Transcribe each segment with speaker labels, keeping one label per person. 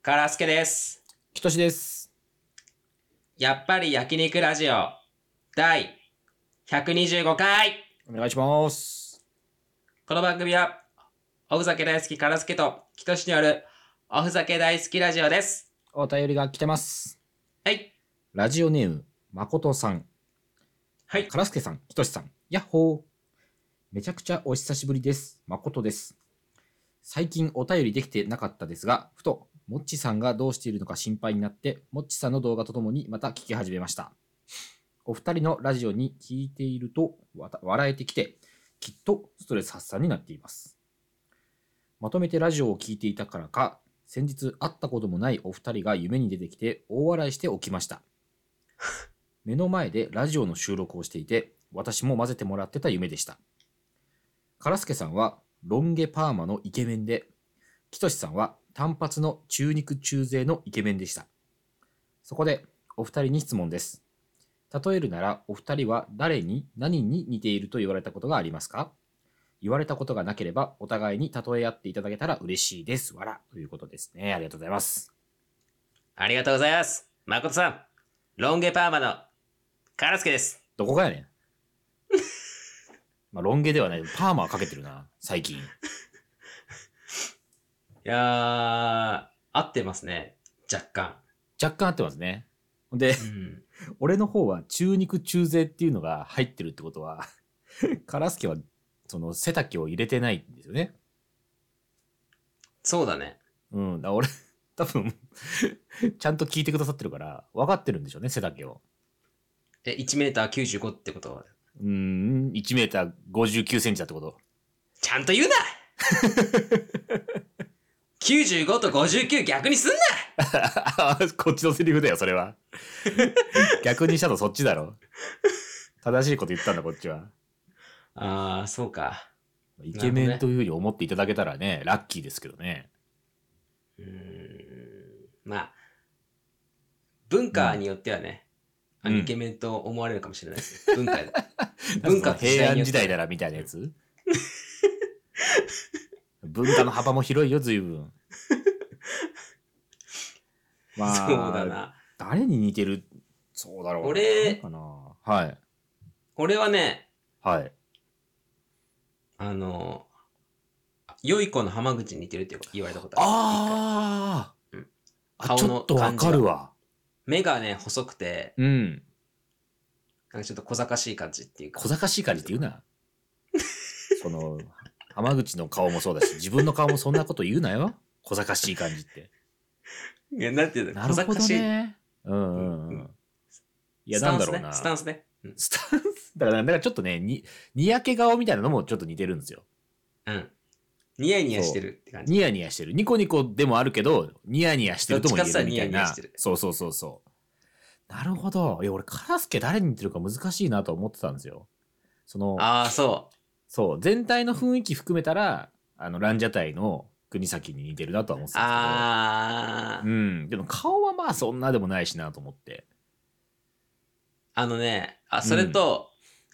Speaker 1: カラスケです。
Speaker 2: きとしです。
Speaker 1: やっぱり焼肉ラジオ第125回
Speaker 2: お願いします。
Speaker 1: この番組は、おふざけ大好きカラスケとキトシによるおふざけ大好きラジオです。
Speaker 2: お便りが来てます。
Speaker 1: はい。
Speaker 2: ラジオネーム、まことさん、
Speaker 1: はい。
Speaker 2: からすけさん、きとしさん、やっほー。めちゃくちゃお久しぶりです。まことです。最近お便りできてなかったですが、ふと、もっちさんがどうしているのか心配になって、もっちさんの動画とともにまた聞き始めました。お二人のラジオに聞いているとわた笑えてきて、きっとストレス発散になっています。まとめてラジオを聞いていたからか、先日会ったこともないお二人が夢に出てきて大笑いして起きました。目の前でラジオの収録をしていて、私も混ぜてもらってた夢でした。カラスケさんはロン毛パーマのイケメンで、キトシさんは単発の中肉中背のイケメンでした。そこでお二人に質問です。例えるならお二人は誰に何に似ていると言われたことがありますか言われたことがなければお互いに例え合っていただけたら嬉しいです。わら。ということですね。ありがとうございます。
Speaker 1: ありがとうございます。誠さん、ロン毛パーマのカラスケです。
Speaker 2: どこがやねん。 まあ、ロン毛ではない。パーマはかけてるな。最近。
Speaker 1: いやー、合ってますね。若干。
Speaker 2: 若干合ってますね。ほんで、
Speaker 1: うん。
Speaker 2: 俺の方は中肉中背っていうのが入ってるってことは、 カラスケはその背丈を入れてないんですよね。
Speaker 1: そうだね。
Speaker 2: うん。だから俺、多分、ちゃんと聞いてくださってるから、分かってるんでしょうね、背丈を。
Speaker 1: え、1メーター95ってこと
Speaker 2: うーん、1メーター59センチだってこと。
Speaker 1: ちゃんと言うな95と59逆にすんな
Speaker 2: こっちのセリフだよ、それは。逆にしたのそっちだろ。正しいこと言ったんだ、こっちは。
Speaker 1: あー、そうか。
Speaker 2: イケメンというふうに思っていただけたらね、ラッキーですけど ね。
Speaker 1: うーんまあ、文化によってはね、あ
Speaker 2: うん
Speaker 1: イケメンと思われるかもしれないですよ。文 化で。文
Speaker 2: 文
Speaker 1: 化
Speaker 2: 化
Speaker 1: と時代
Speaker 2: 平
Speaker 1: によっ
Speaker 2: 安
Speaker 1: て
Speaker 2: 時代ならみたいなやつ文化の幅も広いよ随分ま あ
Speaker 1: そうだな。
Speaker 2: 誰に似てるそうだろうな
Speaker 1: 俺
Speaker 2: 誰かなはい
Speaker 1: 俺はね、
Speaker 2: はい
Speaker 1: あの、良い子の浜口に似てるって言われたことある。
Speaker 2: あ
Speaker 1: ーうん
Speaker 2: あ
Speaker 1: 顔
Speaker 2: ち
Speaker 1: の
Speaker 2: ょっとわかるわ
Speaker 1: 目がね、細くて、
Speaker 2: うん
Speaker 1: なんかちょっと小賢しい感じっていうか。
Speaker 2: 小賢しい感じって言うなその浜口の顔もそうだし自分の顔もそんなこと言うなよ小賢しい感じって
Speaker 1: いや、なんていうの
Speaker 2: なるほ
Speaker 1: 小
Speaker 2: ど
Speaker 1: 賢しい。
Speaker 2: ねうんうんうんいやなんだろうな
Speaker 1: スタンスね。スタンスね
Speaker 2: スタンス、だから、だからちょっとね、に、にやけ顔みたいなのもちょっと似てるんですよ。
Speaker 1: うん。うん。ニヤニヤしてるって感じ。
Speaker 2: ニヤニヤしてる。ニコニコでもあるけど、ニヤニヤしてるとも言えるみたい
Speaker 1: どっちかって言ったらニヤニヤ
Speaker 2: な
Speaker 1: してる。
Speaker 2: そうそうそうそう。なるほど。いや、俺、カラスケ誰に似てるか難しいなと思ってたんですよ。その、
Speaker 1: ああ、そ
Speaker 2: そう、全体の雰囲気含めたら、あの、ランジャタイの国崎に似てるなとは思って
Speaker 1: う。
Speaker 2: たんです
Speaker 1: ああ
Speaker 2: けど。う、ん。でも顔はまあそんなでもないしなと思って。
Speaker 1: あのね、あ、それと、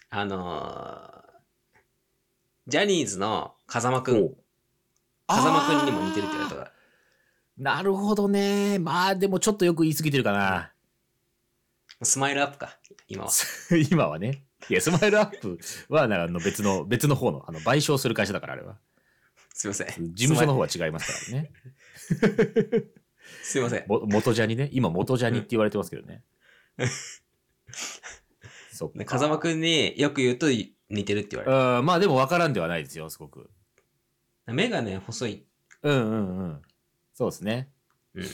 Speaker 1: あのージャニーズの風間くん。
Speaker 2: う。
Speaker 1: 風間くんにも似てるって言われた
Speaker 2: あー
Speaker 1: から。
Speaker 2: なるほどね。まあでもちょっとよく言い過ぎてるかな。
Speaker 1: スマイルアップか、今は。
Speaker 2: 今はね。いや、スマイルアップは、なんかあの別の、別の方の、あの、賠償する会社だから、あれは。
Speaker 1: すいません。
Speaker 2: 事務所の方は違いますからね。
Speaker 1: すいません。
Speaker 2: も元ジャニね。今、元ジャニって言われてますけど ね。そっ
Speaker 1: ね
Speaker 2: か。
Speaker 1: 風間くんによく言うと似てるって言われる。
Speaker 2: うん、まあでも分からんではないですよ、すごく。
Speaker 1: 目がね、細い。
Speaker 2: うんうんうん。そうですね。
Speaker 1: うん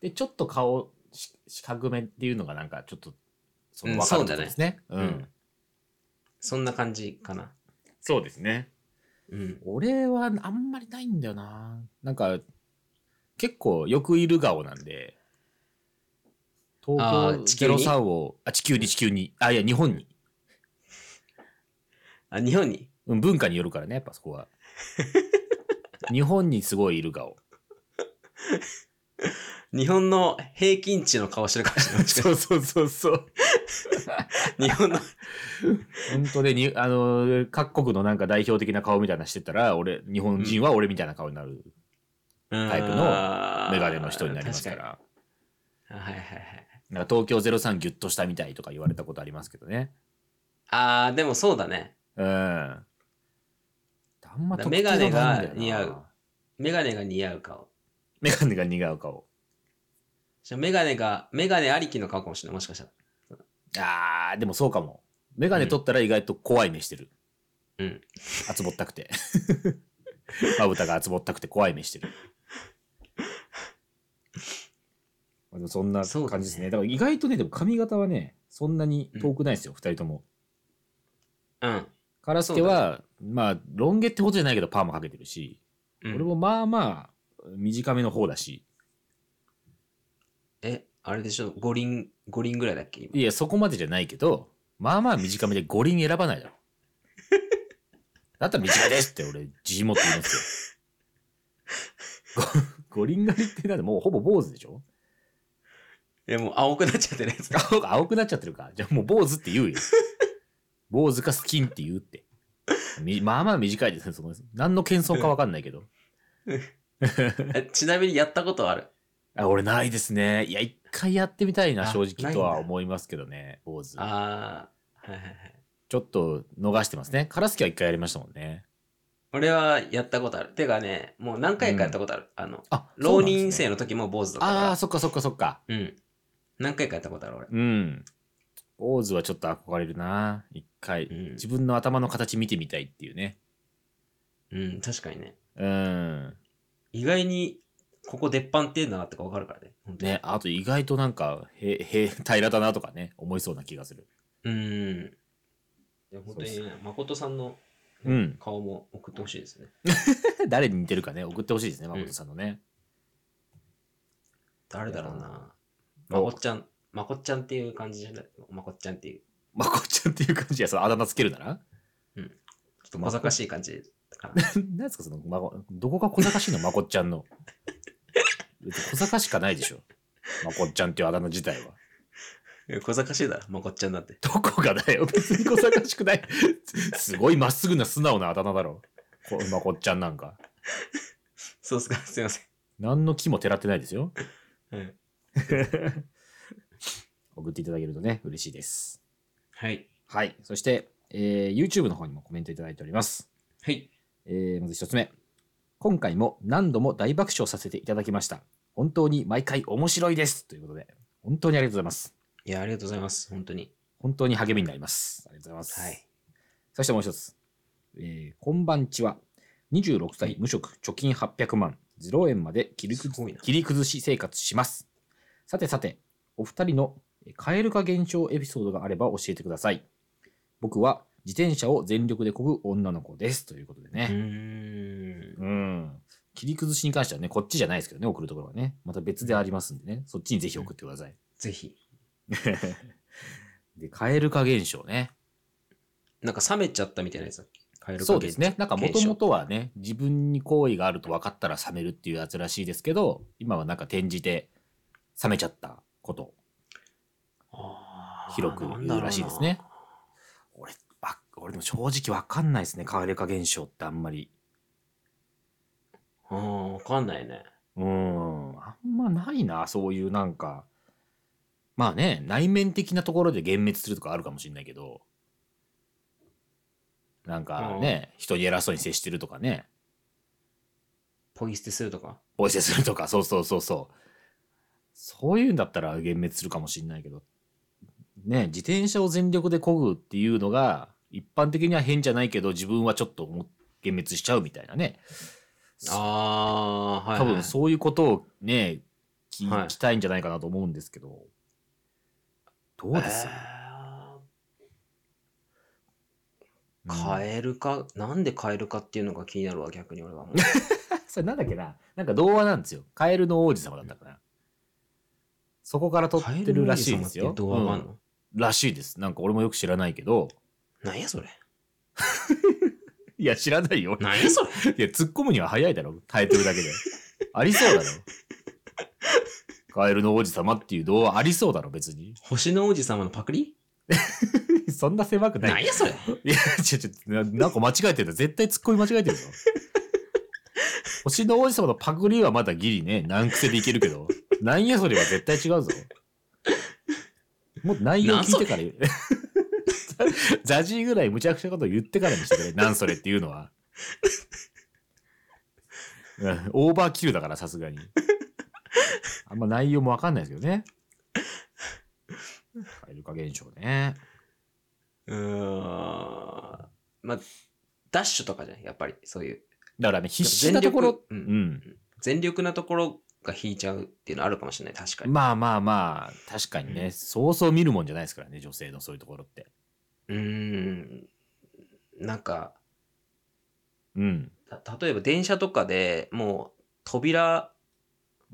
Speaker 2: で、ちょっと顔、し四角めっていうのがなんか、ちょっと、その
Speaker 1: うん
Speaker 2: 分かるとこですね。う
Speaker 1: うだねうんん。そんな感じかな。
Speaker 2: そうですね。
Speaker 1: うん。
Speaker 2: 俺はあんまりないんだよな。なんか、結構よくいる顔なんで、東
Speaker 1: あー地球
Speaker 2: 京
Speaker 1: に
Speaker 2: 03を、あ、地球に地球に、あ、いや、日本に。
Speaker 1: あ、日本に
Speaker 2: うん、文化によるからね、やっぱそこ は。日本にすごいいる顔。
Speaker 1: 日本の平均値の顔してるかもしれない。
Speaker 2: そうそうそうそう。
Speaker 1: 日本の、
Speaker 2: 本当でに、あの、各国のなんか代表的な顔みたいなのしてたら、俺、日本人は俺みたいな顔になる。
Speaker 1: タ
Speaker 2: イプのメガネの人になりますから。
Speaker 1: はいはいはい。
Speaker 2: なんか東京03ギュッとしたみたいとか言われたことありますけどね。
Speaker 1: あー、でもそうだね。
Speaker 2: うん。あんま特
Speaker 1: メ
Speaker 2: 定
Speaker 1: ガネ
Speaker 2: のないん
Speaker 1: が
Speaker 2: だよな
Speaker 1: 似合う。メガネが似合う顔。
Speaker 2: メガネが似合う顔。
Speaker 1: じゃあメガネが、メガネありきの顔かもしれない。もしかしたら。
Speaker 2: あー、でもそうかも。メガネ取ったら意外と怖い目してる。
Speaker 1: うん。
Speaker 2: あつぼったくて。 まぶたがあつぼったくて怖い目してる。まあでもそんな
Speaker 1: そうだ
Speaker 2: 感
Speaker 1: ね
Speaker 2: じですね。だから意外とね、でも髪型はね、そんなに遠くないですよ、二、人とも。
Speaker 1: うん。
Speaker 2: カラスケは、まあ、ロン毛ってことじゃないけど、パーマかけてるし、
Speaker 1: うん、
Speaker 2: 俺もまあまあ、短めの方だし、
Speaker 1: え、あれでしょ ?5 輪、五輪ぐらいだっけ今。
Speaker 2: いや、そこまでじゃないけど、まあまあ短めで五輪選ばないだろ。 だったら短いですって俺、自信持って言いますよ。ご 五輪狩りってなんでもうほぼ坊主でしょ
Speaker 1: え、もう青くなっちゃってるやつ
Speaker 2: 青く青くなっちゃってるか。じゃあもう坊主って言うよ。坊主かスキンって言うって。みまあまあ短いですね。その何の謙遜かわかんないけど。
Speaker 1: え ちなみにやったことはある。
Speaker 2: あ俺ないですね。いや、一回やってみたいな、
Speaker 1: あ
Speaker 2: 正直と
Speaker 1: な
Speaker 2: は
Speaker 1: んだ
Speaker 2: い思いますけどね、坊主。
Speaker 1: あー、はいはいはい。
Speaker 2: ちょっと逃してますね。カラスケは一回やりましたもんね。
Speaker 1: 俺はやったことある。てかね、もう何回かやったことある。あの、
Speaker 2: あ、
Speaker 1: 浪人生
Speaker 2: の。
Speaker 1: の時も坊主だったから。
Speaker 2: ああー、そっかそっかそっか。
Speaker 1: うん。何回かやったことある俺。
Speaker 2: うん。坊主はちょっと憧れるな。一回、
Speaker 1: うん
Speaker 2: 自分の頭の形見てみたいっていうね。
Speaker 1: うん、確かにね。
Speaker 2: うん。
Speaker 1: 意外に、ここ出っ張ってんだなってか分かるからね。本当に
Speaker 2: ね、あと意外となんか、へ、へ、平らだなとかね、思いそうな気がする。
Speaker 1: うん。いや、本当
Speaker 2: そう
Speaker 1: にね、誠さんの、
Speaker 2: うん
Speaker 1: 顔も送ってほしいですね。
Speaker 2: 誰に似てるかね、送ってほしいですね、誠さんのね。
Speaker 1: 誰だろうな。ま
Speaker 2: お
Speaker 1: こっちゃん、まこっちゃんっていう感じじゃない。まこっちゃんっていう、
Speaker 2: まこっちゃんっていう感じや、そのあだ名つけるなら
Speaker 1: ちょっと小賢しい感じかな。
Speaker 2: 何ですか、その、まこ、どこが小賢 しいの、まこっちゃんの。別に小賢しかないでしょ。まこっちゃんっていうあだ名自体は。
Speaker 1: いや小賢しいだろ、まこっちゃんだって。
Speaker 2: どこがだよ別に小賢しくない。すごいまっすぐな素直なあだ名だろ。こまこっちゃんなんか。
Speaker 1: そうっすか、 すいません。
Speaker 2: 何の木もてらってないで すよ。
Speaker 1: うん
Speaker 2: 送っていただけるとね、嬉しいです。
Speaker 1: はい。
Speaker 2: はい。そして、えー YouTube の方にもコメントいただいております。
Speaker 1: はい。
Speaker 2: えーまず一つ目。今回も何度も大爆笑させていただきました。本当に毎回面白いです。ということで、本当にありがとうございます。
Speaker 1: いや、ありがとうございます。本当に。
Speaker 2: 本当に励みになります。ありがとうございます。
Speaker 1: はい。
Speaker 2: そしてもう一つ。えーこんばんちは。26歳無職、貯金800万、0円まで切り崩
Speaker 1: すごいな
Speaker 2: 切り崩し生活します。さてさて、お二人の蛙化現象エピソードがあれば教えてください。僕は自転車を全力で漕ぐ女の子です。ということで
Speaker 1: う
Speaker 2: ね。
Speaker 1: ーん。
Speaker 2: うん。切り崩しに関してはね、こっちじゃないですけどね、送るところはね。また別でありますんでね、そっちにぜひ送ってください。
Speaker 1: ぜひ。
Speaker 2: で、蛙化現象ね。
Speaker 1: なんか冷めちゃったみたいなやつだっけカエル化
Speaker 2: そうですね
Speaker 1: 現。象
Speaker 2: なんかもともとはね、自分に好意があると分かったら冷めるっていうやつらしいですけど、今はなんか転じて冷めちゃったこと。
Speaker 1: あー
Speaker 2: 広く言うらしいですね。俺、わ俺でも正直分かんないですね、蛙化現象ってあんまり。
Speaker 1: なんだろうなあー、わかんないね。
Speaker 2: うん、あんまないな、そういうなんか。まあね、内面的なところで幻滅するとかあるかもしれないけど、なんかね、人に偉そうに接してるとかね、
Speaker 1: ポイ捨てするとか。
Speaker 2: お伊勢するとか、そうそうそうそう。そういうんだったら幻滅するかもしれないけど、ね、自転車を全力で漕ぐっていうのが、一般的には変じゃないけど、自分はちょっとも幻滅しちゃうみたいなね。
Speaker 1: ああ、はい、
Speaker 2: 多分そういうことをね、聞
Speaker 1: はい
Speaker 2: きたいんじゃないかなと思うんですけど。どうですうん
Speaker 1: カエル化、なんでカエル化っていうのが気になるわ、逆に俺はもう。
Speaker 2: それなんだっけななんか童話なんですよ。カエルの王子様だったかな。そこから撮ってるらしいですよ。
Speaker 1: 童話があんの、
Speaker 2: うんらしいです。なんか俺もよく知らないけど。
Speaker 1: なんやそれ。
Speaker 2: いや、知らないよ。
Speaker 1: なんやそれ。
Speaker 2: いや、突っ込むには早いだろ、タイトルだけで。あ りそうだろ。カエルの王子様っていう童話ありそうだろ、別に。
Speaker 1: 星の王子様のパクリ
Speaker 2: そんな狭く
Speaker 1: な
Speaker 2: ない。
Speaker 1: んやそ れ。
Speaker 2: いや、ちょ、ちょ、ななんか間違えてる。絶対突っ込み間違えてるぞ。星の王子様のパクリはまだギリね、難癖でいけるけど、なんやそれは絶対違うぞ。もう内容聞いてから言う。ザジーぐらい無茶苦茶なこと言ってからにしてくれ。なんそれっていうのは。うんオーバーキルだから、さすがに。あんま内容もわかんないですけどね。蛙化現象ね。
Speaker 1: うーん。まあ、ダッシュとかじゃん、やっぱり、そういう。
Speaker 2: だからね、必死なところ、
Speaker 1: う、
Speaker 2: うんん。
Speaker 1: 全力なところが引いちゃうっていうのあるかもしれない、確かに。
Speaker 2: まあまあまあ、確かにね、
Speaker 1: うん
Speaker 2: そうそう見るもんじゃないですからね、女性のそういうところって。
Speaker 1: うーん。なんか、
Speaker 2: うん。
Speaker 1: た例えば電車とかでもう扉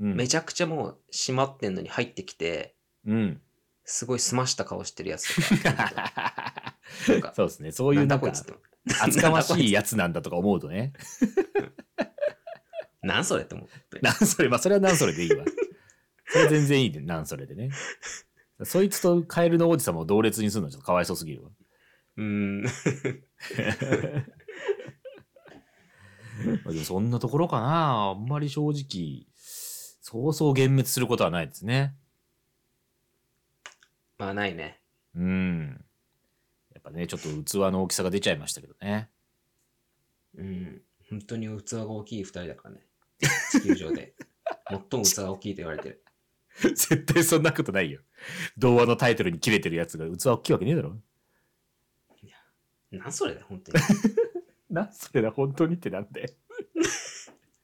Speaker 2: うん、
Speaker 1: め
Speaker 2: ち
Speaker 1: ちゃくちゃもう閉まってんのに入ってきて、
Speaker 2: うん。
Speaker 1: すごい澄ました顔してるやつとか なんか
Speaker 2: そうですね、そ
Speaker 1: こ
Speaker 2: ういうなん
Speaker 1: こ
Speaker 2: か
Speaker 1: い、つって
Speaker 2: 厚かましいやつなんだとか思うとね、
Speaker 1: なんそれって思って
Speaker 2: なんそれ、まあそれはなんそれでいいわ。それは全然いいで、なんそれでね。そいつとカエルの王子様を同列にするのはちょっとかわいそうすぎるわ。
Speaker 1: うーん
Speaker 2: まあでもそんなところかな。あんまり正直、そうそう幻滅することはないですね。
Speaker 1: まあないね
Speaker 2: うん。やっぱね、ちょっと器の大きさが出ちゃいましたけどね。
Speaker 1: うん本当に器が大きい二人だ からね地球上で最も器が大きいと言われてる
Speaker 2: 絶対そんなことないよ。童話のタイトルに切れてるやつが器大きいわけねえだろ。
Speaker 1: なんそれだよ本当に
Speaker 2: なんそれだ、本当にってなんで。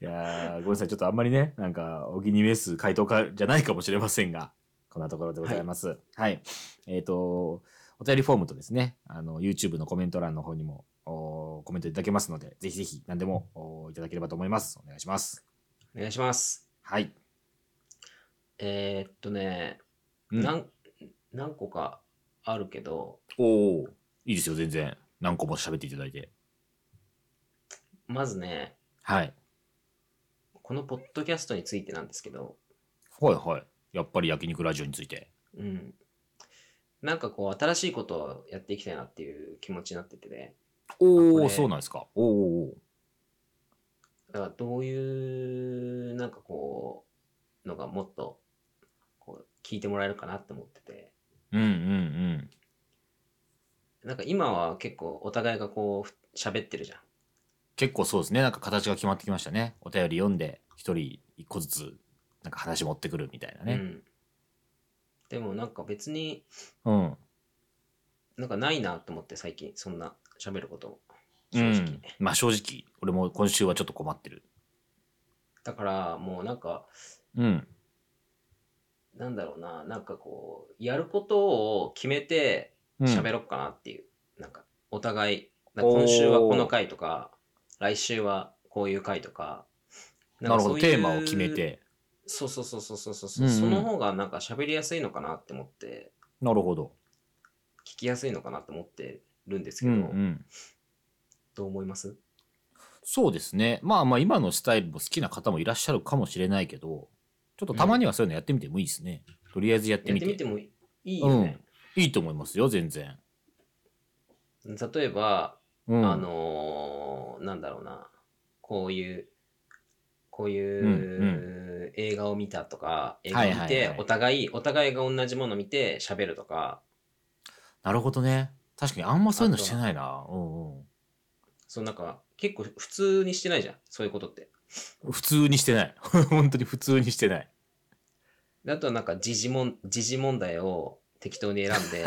Speaker 2: いやー、ごめんなさい。ちょっとあんまりね、なんか、お気に召す回答かじゃないかもしれませんが、こんなところでございます。はい。えっ、と、お便りフォームとですね、あの、YouTube のコメント欄の方にも、おコメントいただけますので、ぜひぜひ何でもおいただければと思います。お願いします。
Speaker 1: お願いします
Speaker 2: はい。
Speaker 1: えー、っとね、
Speaker 2: うん
Speaker 1: なん何個かあるけど
Speaker 2: おおいいですよ、全然。何個も喋っていただいて。
Speaker 1: まずね
Speaker 2: はい。
Speaker 1: このポッドキャストについてなんですけど、
Speaker 2: はいはい。やっぱり焼肉ラジオについて。
Speaker 1: うん、なんかこう新しいことをやっていきたいなっていう気持ちになっててねあこ
Speaker 2: おお
Speaker 1: れ
Speaker 2: そうなんですか。おーおー
Speaker 1: だからどういうなんかこうのがもっとこう聞いてもらえるかなって思ってて
Speaker 2: うんうん
Speaker 1: なんか今は結構お互いがこう喋ってるじゃん
Speaker 2: 結構そうですね。なんか形が決まってきましたね。お便り読んで、一人一個ずつ、なんか話持ってくるみたいな
Speaker 1: う
Speaker 2: ね。
Speaker 1: ん、でもなんか別に
Speaker 2: うん。
Speaker 1: なんかないなと思って最近そんな喋ること
Speaker 2: う
Speaker 1: 正直、
Speaker 2: ん、まあ正直、俺も今週はちょっと困ってる。
Speaker 1: だからもうなんか
Speaker 2: うん。
Speaker 1: なんだろうななんかこうやることを決めて喋ろっかなっていう、なんかお互いなんか今週はこの回とか来週はこういう回とか
Speaker 2: なるほ
Speaker 1: んかそ
Speaker 2: ど、
Speaker 1: うい
Speaker 2: テ
Speaker 1: う
Speaker 2: ーマを決めて。
Speaker 1: そうそうそうそうそうそう、
Speaker 2: うんうん
Speaker 1: その方がなんか喋りやすいのかなって思って
Speaker 2: なるほど。
Speaker 1: 聞きやすいのかなって思ってるんです
Speaker 2: う
Speaker 1: け
Speaker 2: ん
Speaker 1: ど、
Speaker 2: うん。
Speaker 1: どう思います
Speaker 2: そうですね。まあまあ今のスタイルも好きな方もいらっしゃるかもしれないけど、ちょっとたまにはそういうのやってみてもいいですね。とりあえずやって
Speaker 1: やっ
Speaker 2: み
Speaker 1: て
Speaker 2: て。
Speaker 1: みてもいいよね、
Speaker 2: いいと思いますよ、全然。
Speaker 1: 例えば、
Speaker 2: うん、
Speaker 1: あのーなんだろうなこういうこういう、映画を見たとか映画を見て、
Speaker 2: はいはいはい
Speaker 1: お互いお互いが同じもの見て喋るとか
Speaker 2: なるほどね。確かにあんまそういうのしてないな。うん
Speaker 1: そうなんか結構普通にしてないじゃんそういうことって
Speaker 2: うん。普通にしてない。 本当に普通にしてない。
Speaker 1: であとはなんか時事もん時事問題を適当に選ん で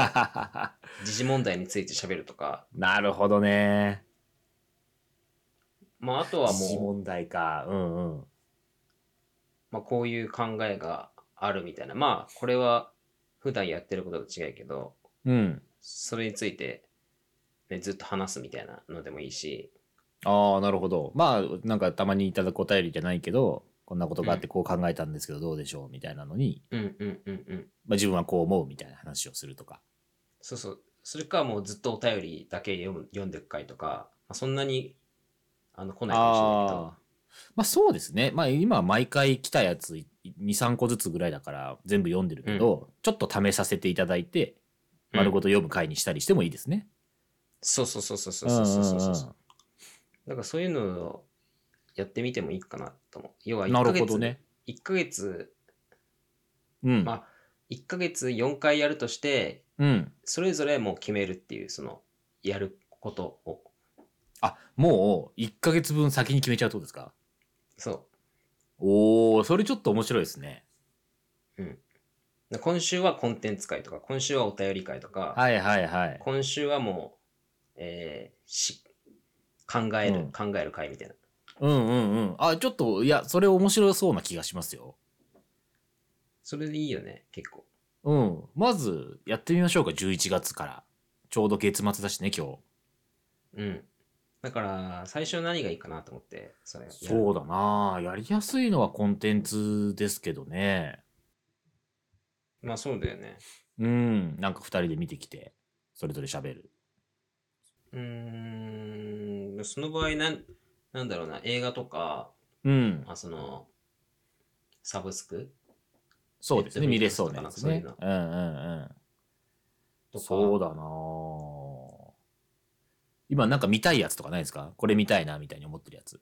Speaker 1: 時事問題について喋るとか
Speaker 2: なるほどね。
Speaker 1: まああとは
Speaker 2: 疑
Speaker 1: もう、
Speaker 2: 問題か。うんうん。
Speaker 1: まあ、こういう考えがあるみたいなまあこれは普段やってることと違うけど
Speaker 2: うん。
Speaker 1: それについて、ね、ずっと話すみたいなのでもいいし
Speaker 2: ああ、なるほど。まあ、なんかたまにいただくお便りじゃないけど、こんなことがあってこう考えたんですけどどうでしょうみたいなのに、
Speaker 1: うんうんうんうん
Speaker 2: まあ自分はこう思うみたいな話をするとか。
Speaker 1: そうそう。それかもうずっとお便りだけ読む読んでいく回とか、まあ、そんなにあの来ないかもしれないけど
Speaker 2: あー。まあそうですね。まあ今毎回来たやつ2、3個ずつぐらいだから全部読んでるけど、ちょっと試させていただいて、
Speaker 1: うん
Speaker 2: 丸ごと読む回にしたりしてもいいですね。
Speaker 1: そうそうそうそうそうそうそうそううん
Speaker 2: うんうん
Speaker 1: だからそういうのやってみてもいいかなと思う。要は1
Speaker 2: な
Speaker 1: ヶ
Speaker 2: る
Speaker 1: 月、
Speaker 2: ほどね。
Speaker 1: 1ヶ月、
Speaker 2: うん。
Speaker 1: まあ、1ヶ月4回やるとして、
Speaker 2: うん。
Speaker 1: それぞれもう決めるっていう、その、やることを。
Speaker 2: あ、もう、1ヶ月分先に決めちゃうってことですか
Speaker 1: そ
Speaker 2: おー、それちょっと面白いですね。
Speaker 1: う。今週はコンテンツ会とか、今週はお便り会とか、
Speaker 2: はいはいはい。
Speaker 1: 今週はもう、えーし、考える、
Speaker 2: うん
Speaker 1: 考える会みたいな。
Speaker 2: うんうんうん。あ、ちょっと、いや、それ面白そうな気がしますよ。
Speaker 1: それでいいよね、結構。
Speaker 2: うん。まず、やってみましょうか、11月から。ちょうど月末だしね、今日。
Speaker 1: うん。だから、最初何がいいかなと思って、それやる
Speaker 2: そうだなやりやすいのはコンテンツですけどね。
Speaker 1: まあそうだよね。
Speaker 2: うん。なんか2人で見てきて、それぞれ喋る。
Speaker 1: うーん、その場合なん、なんだろうな、映画とか、
Speaker 2: うん。
Speaker 1: あその、サブスク
Speaker 2: そうですね。
Speaker 1: Netflix
Speaker 2: 見れそうなやつね。
Speaker 1: とか
Speaker 2: うんうんうん。
Speaker 1: とか、
Speaker 2: そうだなぁ今なんか見たいやつとかないですかこれ見たいなみたいに思ってるやつ。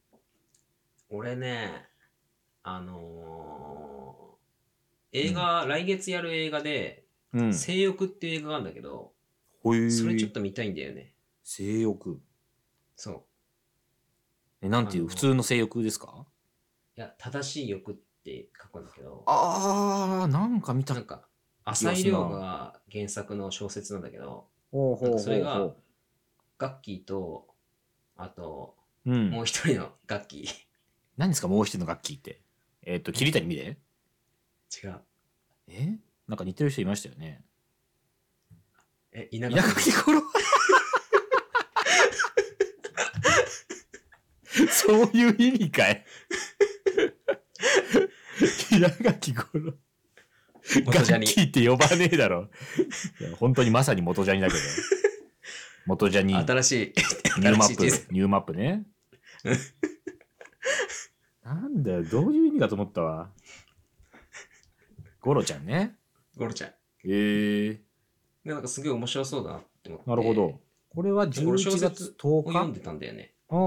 Speaker 1: 俺ね、あのー映画、来月やる映画で、
Speaker 2: うん
Speaker 1: 性欲っていう映画があるんだけど、
Speaker 2: ほえ
Speaker 1: それちょっと見たいんだよね。
Speaker 2: 性欲。
Speaker 1: そ
Speaker 2: え、なんてい
Speaker 1: あ
Speaker 2: う
Speaker 1: の
Speaker 2: 普通の性欲ですか
Speaker 1: う。いや、正しい欲って書くんだけど、
Speaker 2: あー、なんか見た
Speaker 1: なんか、浅井亮が原作の小説なんだけど、
Speaker 2: ほう
Speaker 1: なんかそれが、ガッキーと、あと、
Speaker 2: う
Speaker 1: も
Speaker 2: ん
Speaker 1: う。一人のガッキ
Speaker 2: 何ですかもう一人の楽器って。えっ、と、桐谷美玲
Speaker 1: ー。違う。
Speaker 2: えなんか似てる人いましたよね。
Speaker 1: え、稲
Speaker 2: 稲
Speaker 1: 垣
Speaker 2: 垣吾郎そういう意味かい稲垣吾郎
Speaker 1: 元ジャニ
Speaker 2: ガッキーって呼ばねえだろ。いや本当にまさに元ジャニだけど。元ジャニ、ニュ
Speaker 1: 新しい。
Speaker 2: ーマ
Speaker 1: 新し
Speaker 2: ッ
Speaker 1: い
Speaker 2: プ
Speaker 1: 地図、
Speaker 2: ニューマップね。なんだよ、どういう意味かと思ったわ。ゴロちゃんね。
Speaker 1: ゴロちゃん。
Speaker 2: へえ
Speaker 1: でなんかすごい面白そうだなって思って。
Speaker 2: なるほど。これは
Speaker 1: 俺小
Speaker 2: 11月
Speaker 1: 説
Speaker 2: 10
Speaker 1: こう読ん
Speaker 2: 日
Speaker 1: でたんだよね。
Speaker 2: ああ。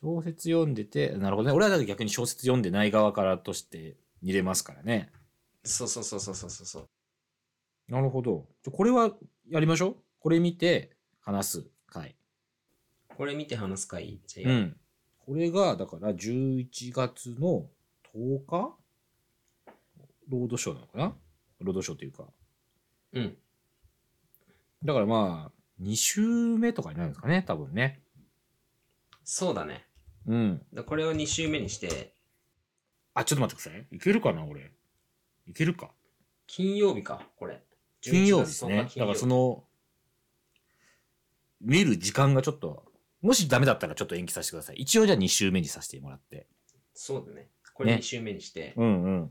Speaker 2: 小説読んでて、なるほどね。俺はだから逆に小説読んでない側からとして見れますからね。
Speaker 1: そうそうそうそうそうそうそう。
Speaker 2: なるほど。じゃこれはやりましょう。これ見て話す回。
Speaker 1: これ見て話す会じゃ
Speaker 2: う
Speaker 1: あ、
Speaker 2: ん。これが、だから11月の10日ロードショーなのかなロードショーというか。
Speaker 1: うん。
Speaker 2: だからまあ、2週目とかになるんですかね、多分ね。
Speaker 1: そうだね。
Speaker 2: うん。
Speaker 1: でこれを2週目にして、
Speaker 2: あ、ちょっと待ってください。いけるかな、俺。いけるか。
Speaker 1: 金曜日か、これ。
Speaker 2: 金曜日です
Speaker 1: 11
Speaker 2: ね
Speaker 1: 月10。日
Speaker 2: だからそ
Speaker 1: 金曜
Speaker 2: の、見る時間がちょっと、もしダメだったらちょっと延期させてください。一応じゃあ2週目にさせてもらって。
Speaker 1: 日そうだね。これ
Speaker 2: ね
Speaker 1: 2週目にして。
Speaker 2: うんうん。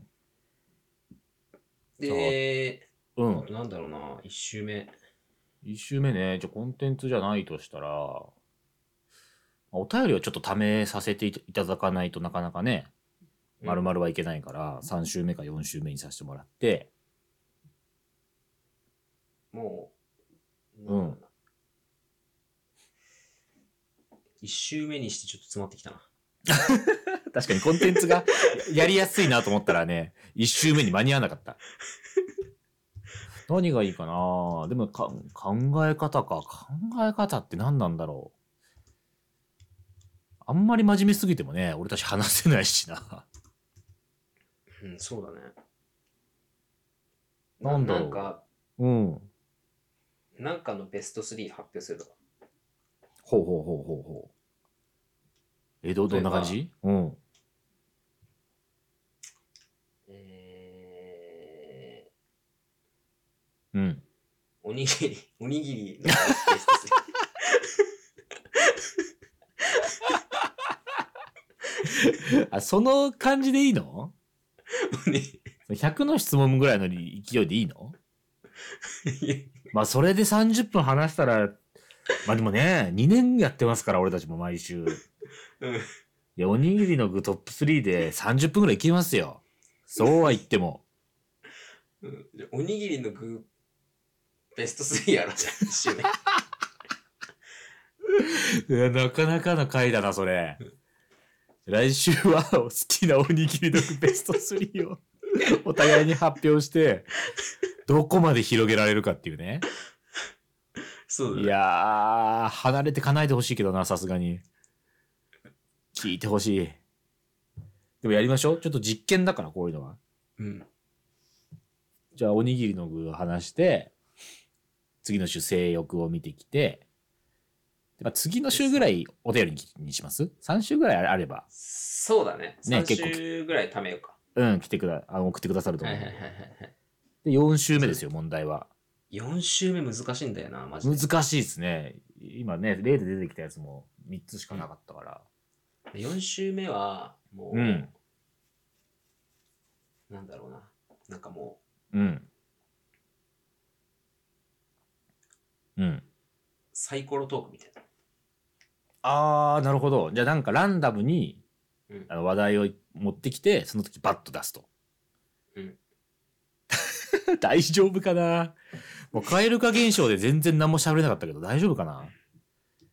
Speaker 1: で、
Speaker 2: う
Speaker 1: あ
Speaker 2: ん
Speaker 1: と。なんだろうな、1週目。
Speaker 2: 1週目ね、じゃあコンテンツじゃないとしたら、まあお便りをちょっと貯めさせていたいただかないとなかなかね、
Speaker 1: うん
Speaker 2: まるまるはいけないから、3週目か4週目にさせてもらって、
Speaker 1: もう、
Speaker 2: うん
Speaker 1: なんだろうな。1週目にしてちょっと詰まってきたな。
Speaker 2: 確かにコンテンツがやりやすいなと思ったらね、1週目に間に合わなかった。何がいいかなでもか考え方か。考え方って何なんだろう。あんまり真面目すぎてもね、俺たち話せないしな。
Speaker 1: うん、そうだね。
Speaker 2: なんだろう
Speaker 1: なんか、
Speaker 2: うん。
Speaker 1: なんかのベスト3発表するとか。
Speaker 2: ほうほうほうほうほう。え、ど、どんな感じうん。
Speaker 1: え
Speaker 2: うん。
Speaker 1: ー、おにぎり、おにぎりのベスト
Speaker 2: あ、その感じでいいの
Speaker 1: 3。おに ぎ
Speaker 2: ?100 の質問ぐらいの勢いでいいのまあ、それで30分話したら、まあでもね、2年やってますから、俺たちも毎週。
Speaker 1: うん
Speaker 2: いや、おにぎりの具トップ3で30分ぐらいいけますよ。そうは言っても。
Speaker 1: うんじゃあおにぎりの具、ベスト3やろうじゃん、一緒ね。
Speaker 2: いやなかなかの回だな、それ。来週は好きなおにぎりのベスト3をお互いに発表して、どこまで広げられるかっていうね。
Speaker 1: そうだ
Speaker 2: い
Speaker 1: ね。
Speaker 2: やー、離れてかないでほしいけどな、さすがに。聞いてほしい。でもやりましょう。ちょっと実験だから、こういうのは。
Speaker 1: うん。
Speaker 2: じゃあ、おにぎりの具を話して、次の週、性欲を見てきて、でまあ、次の週ぐらいお便りにします ?3 週ぐらいあれば、
Speaker 1: そうだね。
Speaker 2: ね
Speaker 1: 3週ぐらい貯めようか。
Speaker 2: うん、来てくだ、あの送ってくださると
Speaker 1: は
Speaker 2: 思。
Speaker 1: いうはいはい
Speaker 2: で、
Speaker 1: はい。
Speaker 2: 4週目ですよ、問題は。
Speaker 1: 4週目難しいんだよな、マジで。
Speaker 2: 難しいですね。今ね、例で出てきたやつも3つしかなかったから。
Speaker 1: 4週目は、もう、
Speaker 2: うん
Speaker 1: なんだろうな。なんかもう、
Speaker 2: うん。うん。
Speaker 1: サイコロトークみたいな。
Speaker 2: あー、なるほど。じゃあなんかランダムに
Speaker 1: うん
Speaker 2: あの話題を持ってきて、その時バッと出すと。
Speaker 1: うん。
Speaker 2: 大丈夫かなもう蛙化現象で全然何も喋れなかったけど大丈夫かな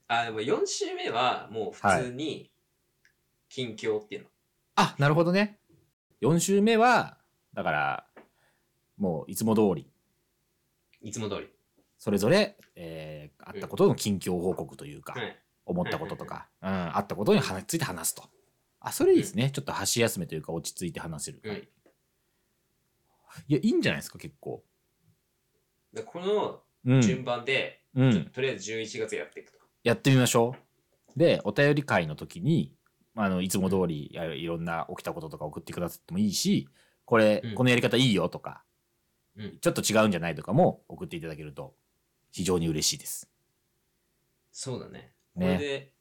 Speaker 1: あ、でも4週目は、もう普通に、近況っていうの。
Speaker 2: あ、なるほどね。4週目は、だから、もういつも通り、
Speaker 1: い、つも通り。
Speaker 2: それぞれ、えー、あったことの近況報告というか、
Speaker 1: はい。
Speaker 2: 思ったこととか、うん、あったことに話ついて話すと。あ、それいいですね。ちょっと箸休めというか落ち着いて話せる。
Speaker 1: うん
Speaker 2: いや、いいんじゃないですか、結構。
Speaker 1: でこの
Speaker 2: うん。
Speaker 1: 順番で、
Speaker 2: う
Speaker 1: ちょっと
Speaker 2: ん。
Speaker 1: とりあえず11月やっていくと。
Speaker 2: やってみましょう。で、お便り会の時に、まああの、いつも通り、いやいろんな起きたこととか送ってくださってもいいし、これ、
Speaker 1: うん
Speaker 2: このやり方いいよとか、
Speaker 1: うん
Speaker 2: ちょっと違うんじゃないとかも送っていただけると、非常に嬉しいです。
Speaker 1: そうだね。こ
Speaker 2: ね
Speaker 1: れで、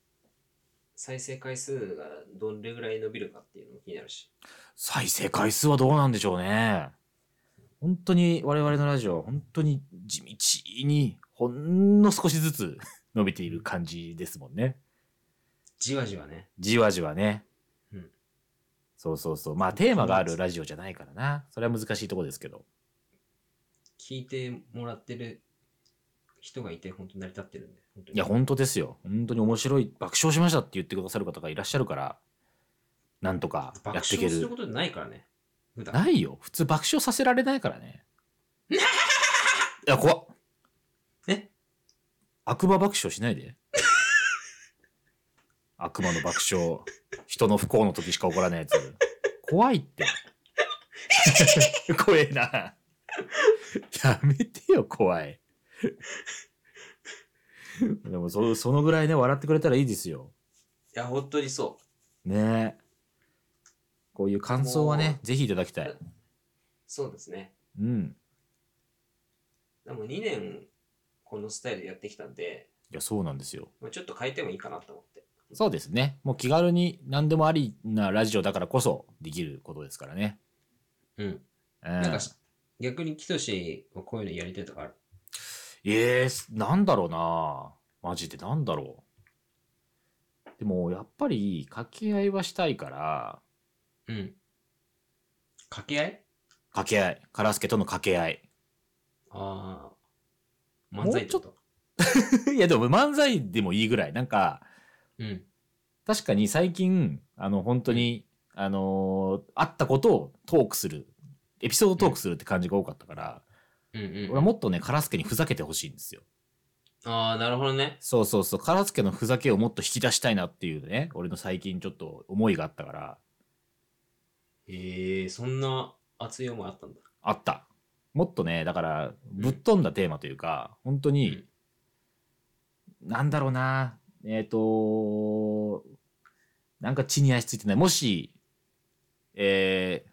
Speaker 1: 再生回数がどれぐらい伸びるかっていうのも気になるし。
Speaker 2: 再生回数はどうなんでしょうね。本当に我々のラジオ、本当に地道にほんの少しずつ 伸びている感じですもんね。
Speaker 1: じわじわね。
Speaker 2: じわじわね。
Speaker 1: うん
Speaker 2: そうそうそう。まあテーマがあるラジオじゃないからな。それは難しいとこですけど。
Speaker 1: 聞いてもらってる人がいて、本当に成り立ってるんで。本当に
Speaker 2: いや、本当ですよ。本当に面白い、爆笑しましたって言ってくださる方がいらっしゃるから、なんとか
Speaker 1: 爆
Speaker 2: や
Speaker 1: 笑
Speaker 2: っていけ
Speaker 1: する
Speaker 2: る
Speaker 1: こ。とないからね。普段。
Speaker 2: ないよ。普通爆笑させられないからね。いや、怖っ。
Speaker 1: え
Speaker 2: 悪魔爆笑しないで。悪魔の爆笑。人の不幸の時しか起こらないやつ。怖いって。怖えな。やめてよ、怖い。でもそ、そのぐらいね、笑ってくれたらいいですよ。
Speaker 1: いや、本当にそ
Speaker 2: ねえこういう感想はね、ぜひいただきたい。
Speaker 1: う。そうですね。
Speaker 2: うん。
Speaker 1: でも2年、このスタイルでやってきたんで、
Speaker 2: いや、そうなんですよ。
Speaker 1: まあちょっと変えてもいいかなと思って。
Speaker 2: そうですね。もう気軽に何でもありなラジオだからこそできることですからね。
Speaker 1: うん。
Speaker 2: うん
Speaker 1: なんかし、逆に、キトシはこういうのやりたいとかある
Speaker 2: えー、なんだろうなマジでなんだろう。でも、やっぱり、掛け合いはしたいから、
Speaker 1: うん。掛け合い
Speaker 2: 掛け合い。カラスケとの掛け合い。
Speaker 1: ああ。漫才ってこと
Speaker 2: いや、でも漫才でもいいぐらい。なんか、
Speaker 1: うん。
Speaker 2: 確かに最近、あの、本当に、あのー、あったことをトークする。エピソードトークするって感じが多かったから、
Speaker 1: うん
Speaker 2: 俺
Speaker 1: う
Speaker 2: は
Speaker 1: ん。
Speaker 2: もっとね、カラスケにふざけてほしいんですよ。
Speaker 1: ああ、なるほどね。
Speaker 2: そうそうそう、カラスケのふざけをもっと引き出したいなっていうね、俺の最近ちょっと思いがあったから、
Speaker 1: ええそんな熱い思いあったんだ。
Speaker 2: あった。もっとね、だから、ぶっ飛んだテーマというか、本当に、なんだろうな、えっ、と、なんか地に足ついてない。もし、えー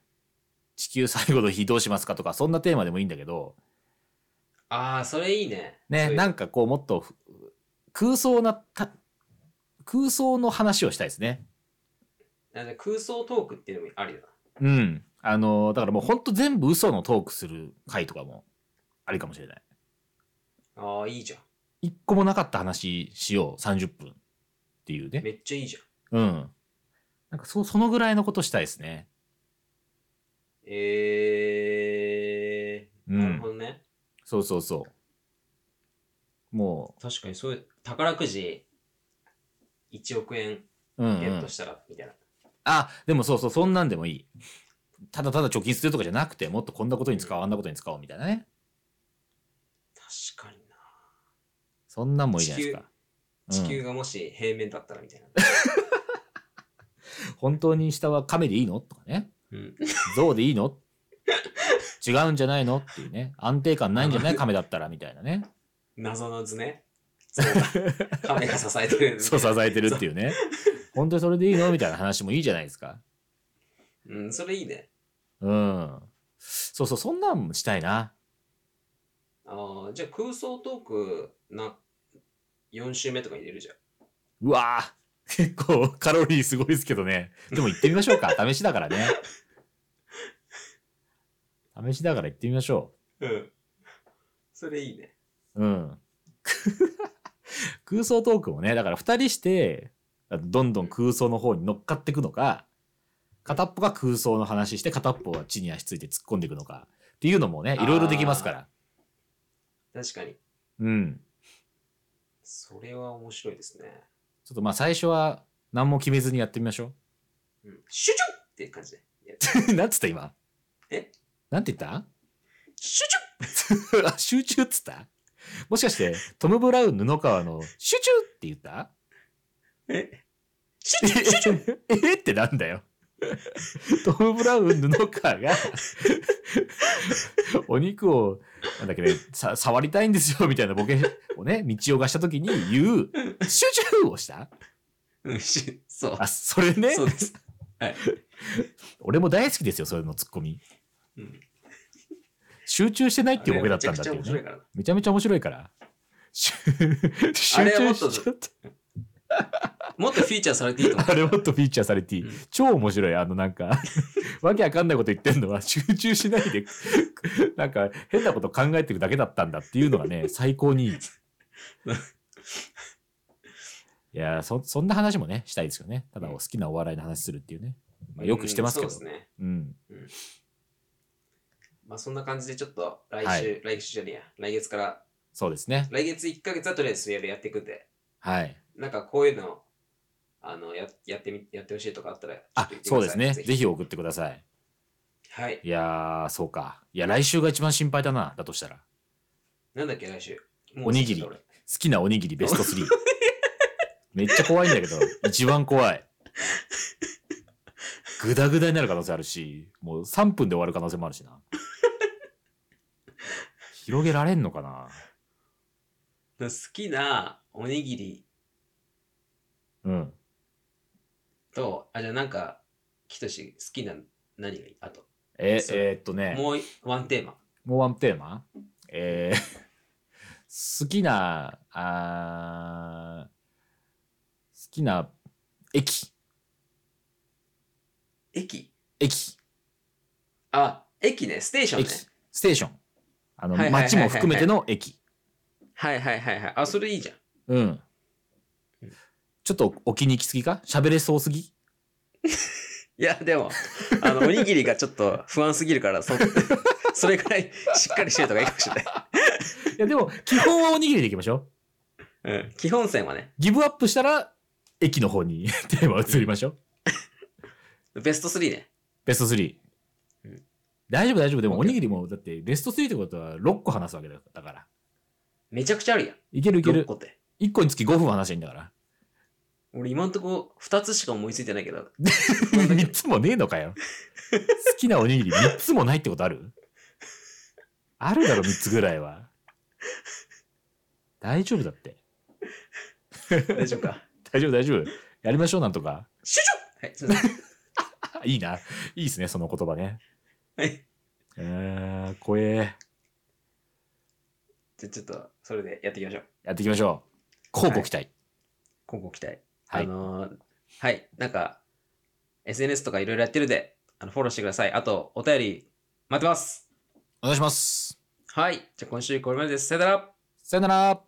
Speaker 2: 地球最後の日どうしますかとか、そんなテーマでもいいんだけど、
Speaker 1: ああ、それいいね。
Speaker 2: ね、なんんかこう、もっとふ空想なた、空想の話をしたいですね。
Speaker 1: 空想トークっていうのもありだな。
Speaker 2: うん。あの、だからもうほんと全部嘘のトークする回とかもありかもしれない。
Speaker 1: ああ、いいじゃん。
Speaker 2: 一個もなかった話しよう、30分っていうね。
Speaker 1: めっちゃいいじゃん。
Speaker 2: うん。なんかそ、そのぐらいのことしたいですね。
Speaker 1: ええ
Speaker 2: うん
Speaker 1: なるほどね。
Speaker 2: そうそうそう。も
Speaker 1: 確かにそういう、宝くじ1億円
Speaker 2: うん、う
Speaker 1: ゲッ
Speaker 2: ん
Speaker 1: ト。したら、みたいな。
Speaker 2: あ、でもそうそう、そんなんでもいい。ただただ貯金するとかじゃなくて、もっとこんなことに使おう、あんなことに使おうみたいなね。
Speaker 1: 確かにな。
Speaker 2: そんなんもいいじゃないですか。
Speaker 1: 地
Speaker 2: う
Speaker 1: 球
Speaker 2: ん、
Speaker 1: がもし平面だったらみ たいな。
Speaker 2: 本当に下は亀でいいのとかね。
Speaker 1: うん。
Speaker 2: 象でいいの違うんじゃないのっていうね。安定感ないんじゃない亀だったらみたいなね。
Speaker 1: 謎の図ね。 そうだ。亀が支えてる。
Speaker 2: そう支えてるっていうね。本当にそれでいいのみたいな話もいいじゃないですか。
Speaker 1: うん、それいいね。
Speaker 2: うん。そうそう、そんなんもしたいな。
Speaker 1: ああ、じゃあ空想トークな、4週目とかに入れるじゃん。
Speaker 2: うわぁ。結構カロリーすごいですけどね。でも行ってみましょうか。試しだからね。試しだから行ってみましょ
Speaker 1: うん。それいいね。
Speaker 2: う。うん。空想トークもね、だから二人して、どんどん空想の方に乗っかっていくのか、片っぽが空想の話して、片っぽは地に足ついて突っ込んでいくのか、っていうのもね、いろいろできますから。
Speaker 1: 確かに。
Speaker 2: うん。
Speaker 1: それは面白いですね。
Speaker 2: ちょっとまあ最初は何も決めずにやってみましょ
Speaker 1: うん。シュチュッって感じで。いや
Speaker 2: う。 なんつった今。
Speaker 1: え
Speaker 2: なんて言った
Speaker 1: シュチ
Speaker 2: あ集中っつったもしかして、トム・ブラウン布川の集中って言った
Speaker 1: ュッえシュチュッシュチュッ
Speaker 2: え えってなんだよ。トム・ブラウン布川がお肉をなんだっけねさ触りたいんですよみたいなボケをね道をがした時に言う「集中」をした
Speaker 1: うん、しそう
Speaker 2: あ。それね
Speaker 1: そうです。
Speaker 2: 俺も大好きですよそれのツッコミ
Speaker 1: うん。
Speaker 2: 集中してないっていうボケだったんだ
Speaker 1: めちゃ
Speaker 2: って
Speaker 1: くちゃ面白
Speaker 2: いうね
Speaker 1: いからな。
Speaker 2: めちゃめちゃ面白いから集集
Speaker 1: れはも
Speaker 2: 中
Speaker 1: っと
Speaker 2: しちゃった
Speaker 1: もっとフィーチャーされていいと思う。
Speaker 2: あれもっとフィーチャーされていい
Speaker 1: うん
Speaker 2: 超面白い。あの、なんか、 わけわかんないこと言ってんのは集中しないで、なんか変なこと考えてるだけだったんだっていうのがね、最高 にいい。いやーそ、そんな話もね、したいですよね。ただ、お好きなお笑いの話するっていうね。 まあ、よくしてます
Speaker 1: う
Speaker 2: け
Speaker 1: ん
Speaker 2: ど。
Speaker 1: そうですね。
Speaker 2: うん。
Speaker 1: まあそんな感じでちょっと来週、
Speaker 2: は
Speaker 1: 来週じゃねえや、来月から、
Speaker 2: そうですね。
Speaker 1: 来月1ヶ月はとりあえずやるやっていくんで、
Speaker 2: はい。
Speaker 1: なんかこういうの、あの、ややってみ、やってほしいとかあったら、ちょっ
Speaker 2: あ
Speaker 1: と言っ、てく
Speaker 2: そう
Speaker 1: だ
Speaker 2: で
Speaker 1: さ
Speaker 2: す
Speaker 1: い
Speaker 2: ね。ぜひ送ってください。
Speaker 1: はい。
Speaker 2: いやー、そうか。いや、来週が一番心配だな。だとしたら。
Speaker 1: なんだっけ、来週。
Speaker 2: おにぎり
Speaker 1: もうちょっと
Speaker 2: 好きなおにぎりベスト3。めっちゃ怖いんだけど、一番怖い。グダグダになる可能性あるし、もう3分で終わる可能性もあるしな。広げられんのかな
Speaker 1: 俺好きなおにぎり
Speaker 2: うん。
Speaker 1: と、あ、じゃあなんか、きとし、好きな何がいいあと、
Speaker 2: え、
Speaker 1: そう
Speaker 2: えーっとね、も
Speaker 1: もういワンテーマ。
Speaker 2: うワンテーマえー好きな、あー好きな駅、
Speaker 1: 駅。
Speaker 2: 駅、
Speaker 1: あ、駅ね、ステーションね
Speaker 2: 駅。、ステーション。あの、
Speaker 1: はいはいはいはい
Speaker 2: 街も含めての駅。
Speaker 1: はいはいはいはい。あ、それいいじゃん。
Speaker 2: うん
Speaker 1: うん。
Speaker 2: ちょっとお気に行きすぎか喋れそうすぎ
Speaker 1: いや、でも、あ の、おにぎりがちょっと不安すぎるから、そ それくらい しっかりしてるとがいいかもしれない
Speaker 2: やでも、基本はおにぎりでいきましょう。
Speaker 1: い。うん。基本線はね、
Speaker 2: ギブアップしたら、駅の方に テーマ移りましょう。
Speaker 1: ベスト3ね。
Speaker 2: ベスト3
Speaker 1: うん。
Speaker 2: 大丈夫大丈夫。でも
Speaker 1: OK
Speaker 2: おにぎりも、だってベスト3ってことは6個話すわけだだから。
Speaker 1: めちゃくちゃあるやん。
Speaker 2: いけるいけ
Speaker 1: 6
Speaker 2: る
Speaker 1: 個。って。
Speaker 2: 1個につき5分話していいんだから。
Speaker 1: 俺今んとこ2つしか思いついてないけ ど。
Speaker 2: 3つもねえのかよ。好きなおにぎり3つもないってことあるあるだろ、3つぐらいは。大丈夫だって。
Speaker 1: 大丈夫か。
Speaker 2: 大丈夫大丈夫。やりましょう、なんとか。
Speaker 1: 主張はい、すいません。
Speaker 2: あいいな。いいですね、その言葉ね。
Speaker 1: はい。
Speaker 2: えー、怖え。
Speaker 1: じゃあちょっと、それでやっていきましょう。
Speaker 2: やっていきましょう。乞うご期待。
Speaker 1: 今後期待。
Speaker 2: はい
Speaker 1: あのーはい、なんか、SNS とかいろいろやってるんで、あのフォローしてください。あと、お便り待ってます。
Speaker 2: お願いします。
Speaker 1: はい。じゃあ今週これまでです。さよなら。
Speaker 2: さよなら。